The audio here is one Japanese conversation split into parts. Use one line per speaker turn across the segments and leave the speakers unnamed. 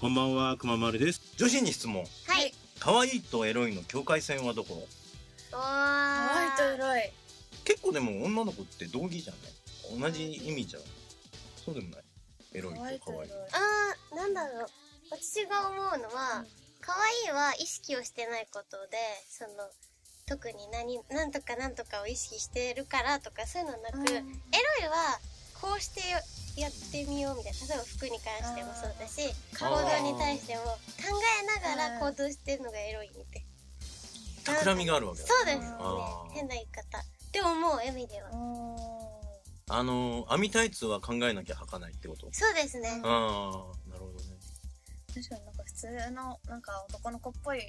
こんばんは、くままるです。
女子に質問。
はい。
可愛いとエロいの境界線はどこ
わ
可愛いとエ
ー
ロい
結構でも女の子って同義じゃない同じ意味じゃないそうでもないエロいと
可愛いと
可
エロ
愛
い
い
あー、なんだろう。私が思うの
う
は
ん、
可愛いは意識をしてないことで、その、特に何、なんとかなんとかを意識してるからとか、そういうのなく、エロいは、こうしてやってみようみたいな。例えば服に関してもそうだし、行
あー
動に対しても考えながら行動してるのがエロいみたいな。
企みがあるわけだ
そうですね
あー。
変な言い方。でももうエミでは
う。ん
あの網タイツは考えなきゃ履かないってこと
そうですね。
ああなるほどね
確かになんか普通のなんか男の子っぽい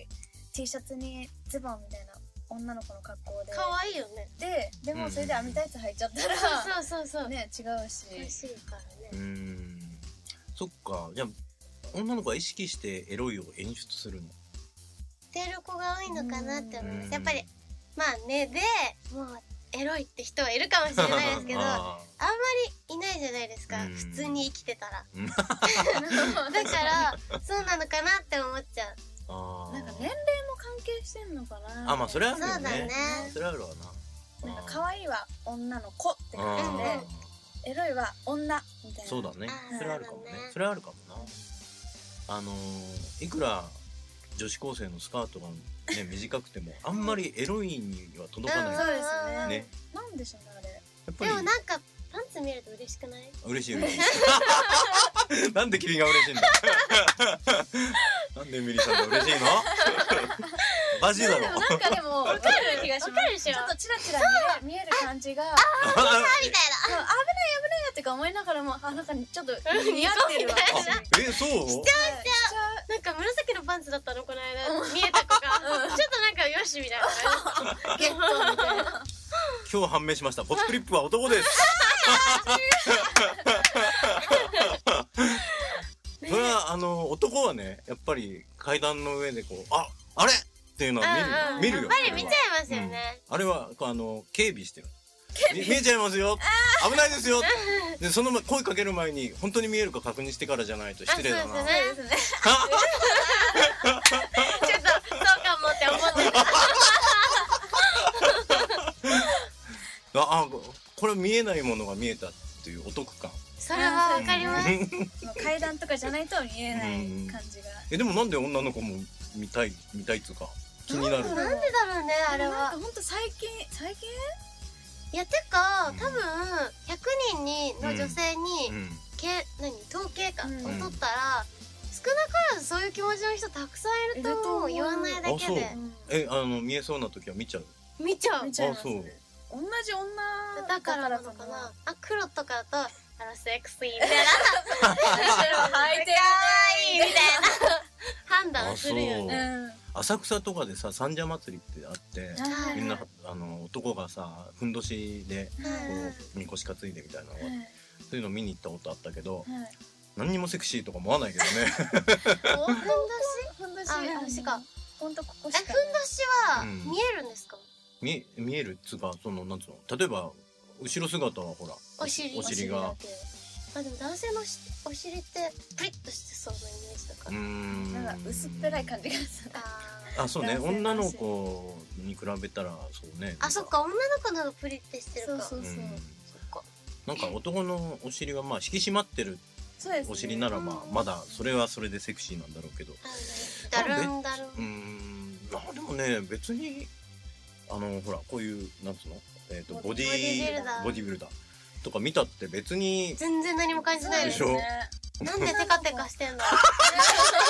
T シャツにズボンみたいな女の子の格好で
可愛いよね。
でで
う
も
ん
それで網タイツ履いちゃったら、
そうそうそうそう。
ね違うし
美味しいからね
う。ーんそっかじゃあ女の子は意識してエロいを演出するの
ってる子が多いのかなって思いま
うん
す。やっぱり、まあねで、もう、エロいって人はいるかもしれないですけど、あ
あ
んまりいないじゃないですか。
うん
普通に生きてたら。
なん
だから、そうなのかなって思っちゃ
ー
う。
あー
か年齢も関係してんのかな
あまあそれはあるよ
そうだね
ねそれはあるわな
なんか可愛いは女の子って
あ
感
ー
うん
じでエロいは女みたいな
そうだね
あー
それはあるかもね
そうだね
それはあるかもなあのーいくら女子高生のスカートが、ね、短くてもあんまりエロいには届か
ん
ない、
そうですね
ね
なんでしょうねあれ
やっぱ
で
り
もなんか、パンツ見ると嬉しくない
嬉しい嬉しいなんで君が嬉しいんだ なんでエミリーさんが嬉しいの おかしいだろ
でもなんかでもわかる気がします
わかるでしょ
ちょっとチラチラ見える見える感じがあ
みたい
危ない危ないってか思いながらもあなんかちょっと似合ってるわ
うん
しちゃう
あえそう
な。なんか紫のパンツだったの、この間。見えた子が。ちょっとなんか、よし、みたいな。
ゲットみたいな
今日判明しましたポップリップは男 ですそれはあの男はねやっぱり階段の上でこうああれっていうのは見る,、
うん
見る
うん
よ
やっぱり見ちゃいますよね。
あれはあの警備してるみ見えちゃいますよ危ないですよでその前声かける前に本当に見えるか確認してからじゃないと失礼だな
あそうですね
そうですね
ちょっと、そうかもって思って た。
ああこれ見えないものが見えたっていうお得感
それはわかります。
もう階段とかじゃないと見えない感じが
えでもなんで女の子も見たい見たいっつうか気になる
なんでだろうね、あれは
なん。かほんと最近最近
いやてか
うん
多分100人にの女性
う
に、
ん
け何統計かを
うん
取ったら、少なからずそういう気持ちの人たくさんいると思う
いる
言
と思う
わないだけで
あえあの見えそうな時は見ちゃう
見ちゃう
見ちゃいま
あ
す
そう
ね同じ女
だからなの かなあ黒とかだとあのセクシーみ たいな
履いて
いいみたいな判断
あ
す
そう
るよね
うん
浅草とかでさ三社祭りってあって
は
はい
い
みんなあの男がさふんどしで
う
こ
ん
うみこし担いでみたいなのが
はい
そういうの見に行ったことあったけど
はい
何にもセクシーとか思わないけどね
ふんどし
ふんどし
あふんどしか
ほんとここ
え
し
ふ
か
んどしは
うん
見えるんですか、
見見えるっつうかそのなんつうの例えば後ろ姿はほら
お尻
お尻が
おだ
あでも男性のしお尻ってプリッとしてそうなイメージだか
うー
ら、
ん
けなんか薄っぺらい感じがする
あー
あそうね
男性
女の子に比べたらそうね
あそっか女の子の方がプリッとしてるか
そうそううんそう
なんか男のお尻はまあ引き締まってる
そうですね
お尻ならばまだそれはそれでセクシーなんだろうけど
だるんだる
うーん
ん。
あでもね別にあのほらこういうなんつうの、えー、とボ
ボ
デ
デ
ィ
ィ
ボディビルダー
ボディビルダーとか見たって別 に
全然何も感じ
そう
な
で
いですす。
でしょ
ね
なんでテカテカしてんのなん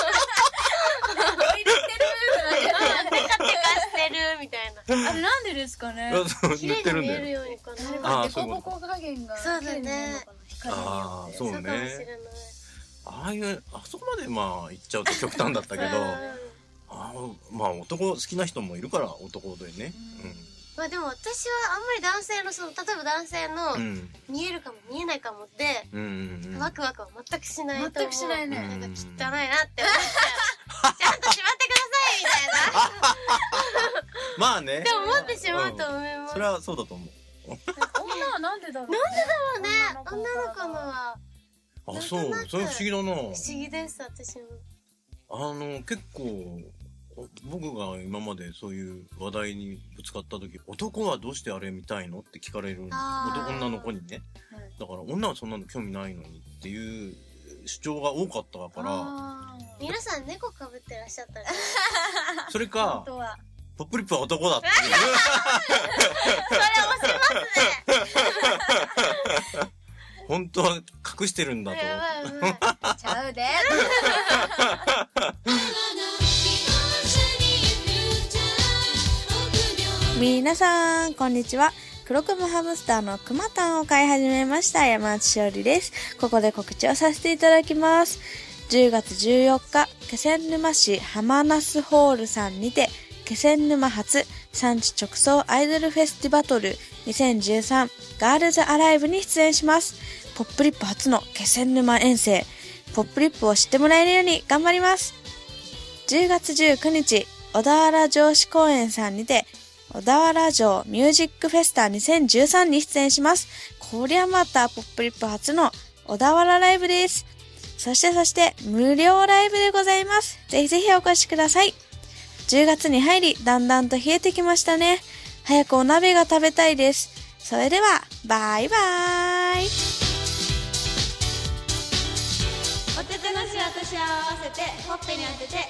入れてる
でテカテカしてるみたいな。
あれなんでですかね
綺麗
塗ってるん
に見
だ
え
よ
るようにかな。
あ
あ
ー
あ
そ
そうう
いう
いう
こ
こととこ加減が
そうだね
綺麗に見えるのかな光によ
あ
っ
ー
て
そう
かもしれない。
ああいうあそこまでまあ言っちゃうと極端だ ったけどあーまあ男好きな人もいるから男でね
まあでも私はあんまり男性のその例えば男性
うんう
の
ん
見えるかも見えないかもで
うんうんうん
ワクワクは全くしないと
全
思う。
くしないね
な んか汚いなって思っちゃう。ちゃんとしまってくださいみたいな。
まあね
でも思ってしまうと思います
そ。れはそうだと思う
女はなんでだろうね
そうね、女の子のは
あそう
なんとなく
それ不思議だな
不思議です私も。
あの結構僕が今までそういう話題にぶつかった時男はどうしてあれ見たいのって聞かれる
あー
男女の子にね
はい
だから女はそんなの興味ないのにっていう主張が多かったか
あー
皆さん猫かぶってらっしゃったら
らそれ
本
か
当は
ポップリップは 男だっていう
それ押しま
本当は隠してるんだ
す
と
ねやばいやばい
ちゃう で
皆さん、こんにちは。黒クマハムスターのクマタンを飼い始めました山内しおりです。ここで告知をさせていただきます。10月14日、気仙沼市浜那須ホールさんにて、気仙沼初産地直送アイドルフェスティバトル2013ガールズアライブに出演します。ポップリップ初の気仙沼遠征。ポップリップを知ってもらえるように頑張ります。10月19日、小田原城址公園さんにて、小田原城ミュージックフェスタ2013に出演します。こりゃまたポップリップ初の小田原ライブです。そしてそして無料ライブでございます。ぜひぜひお越しください。10月に入りだんだんと冷えてきましたね。早くお鍋が食べたいです。それでは、バイバーイ。
お手手のしわとしわを合わせてほっぺに当てて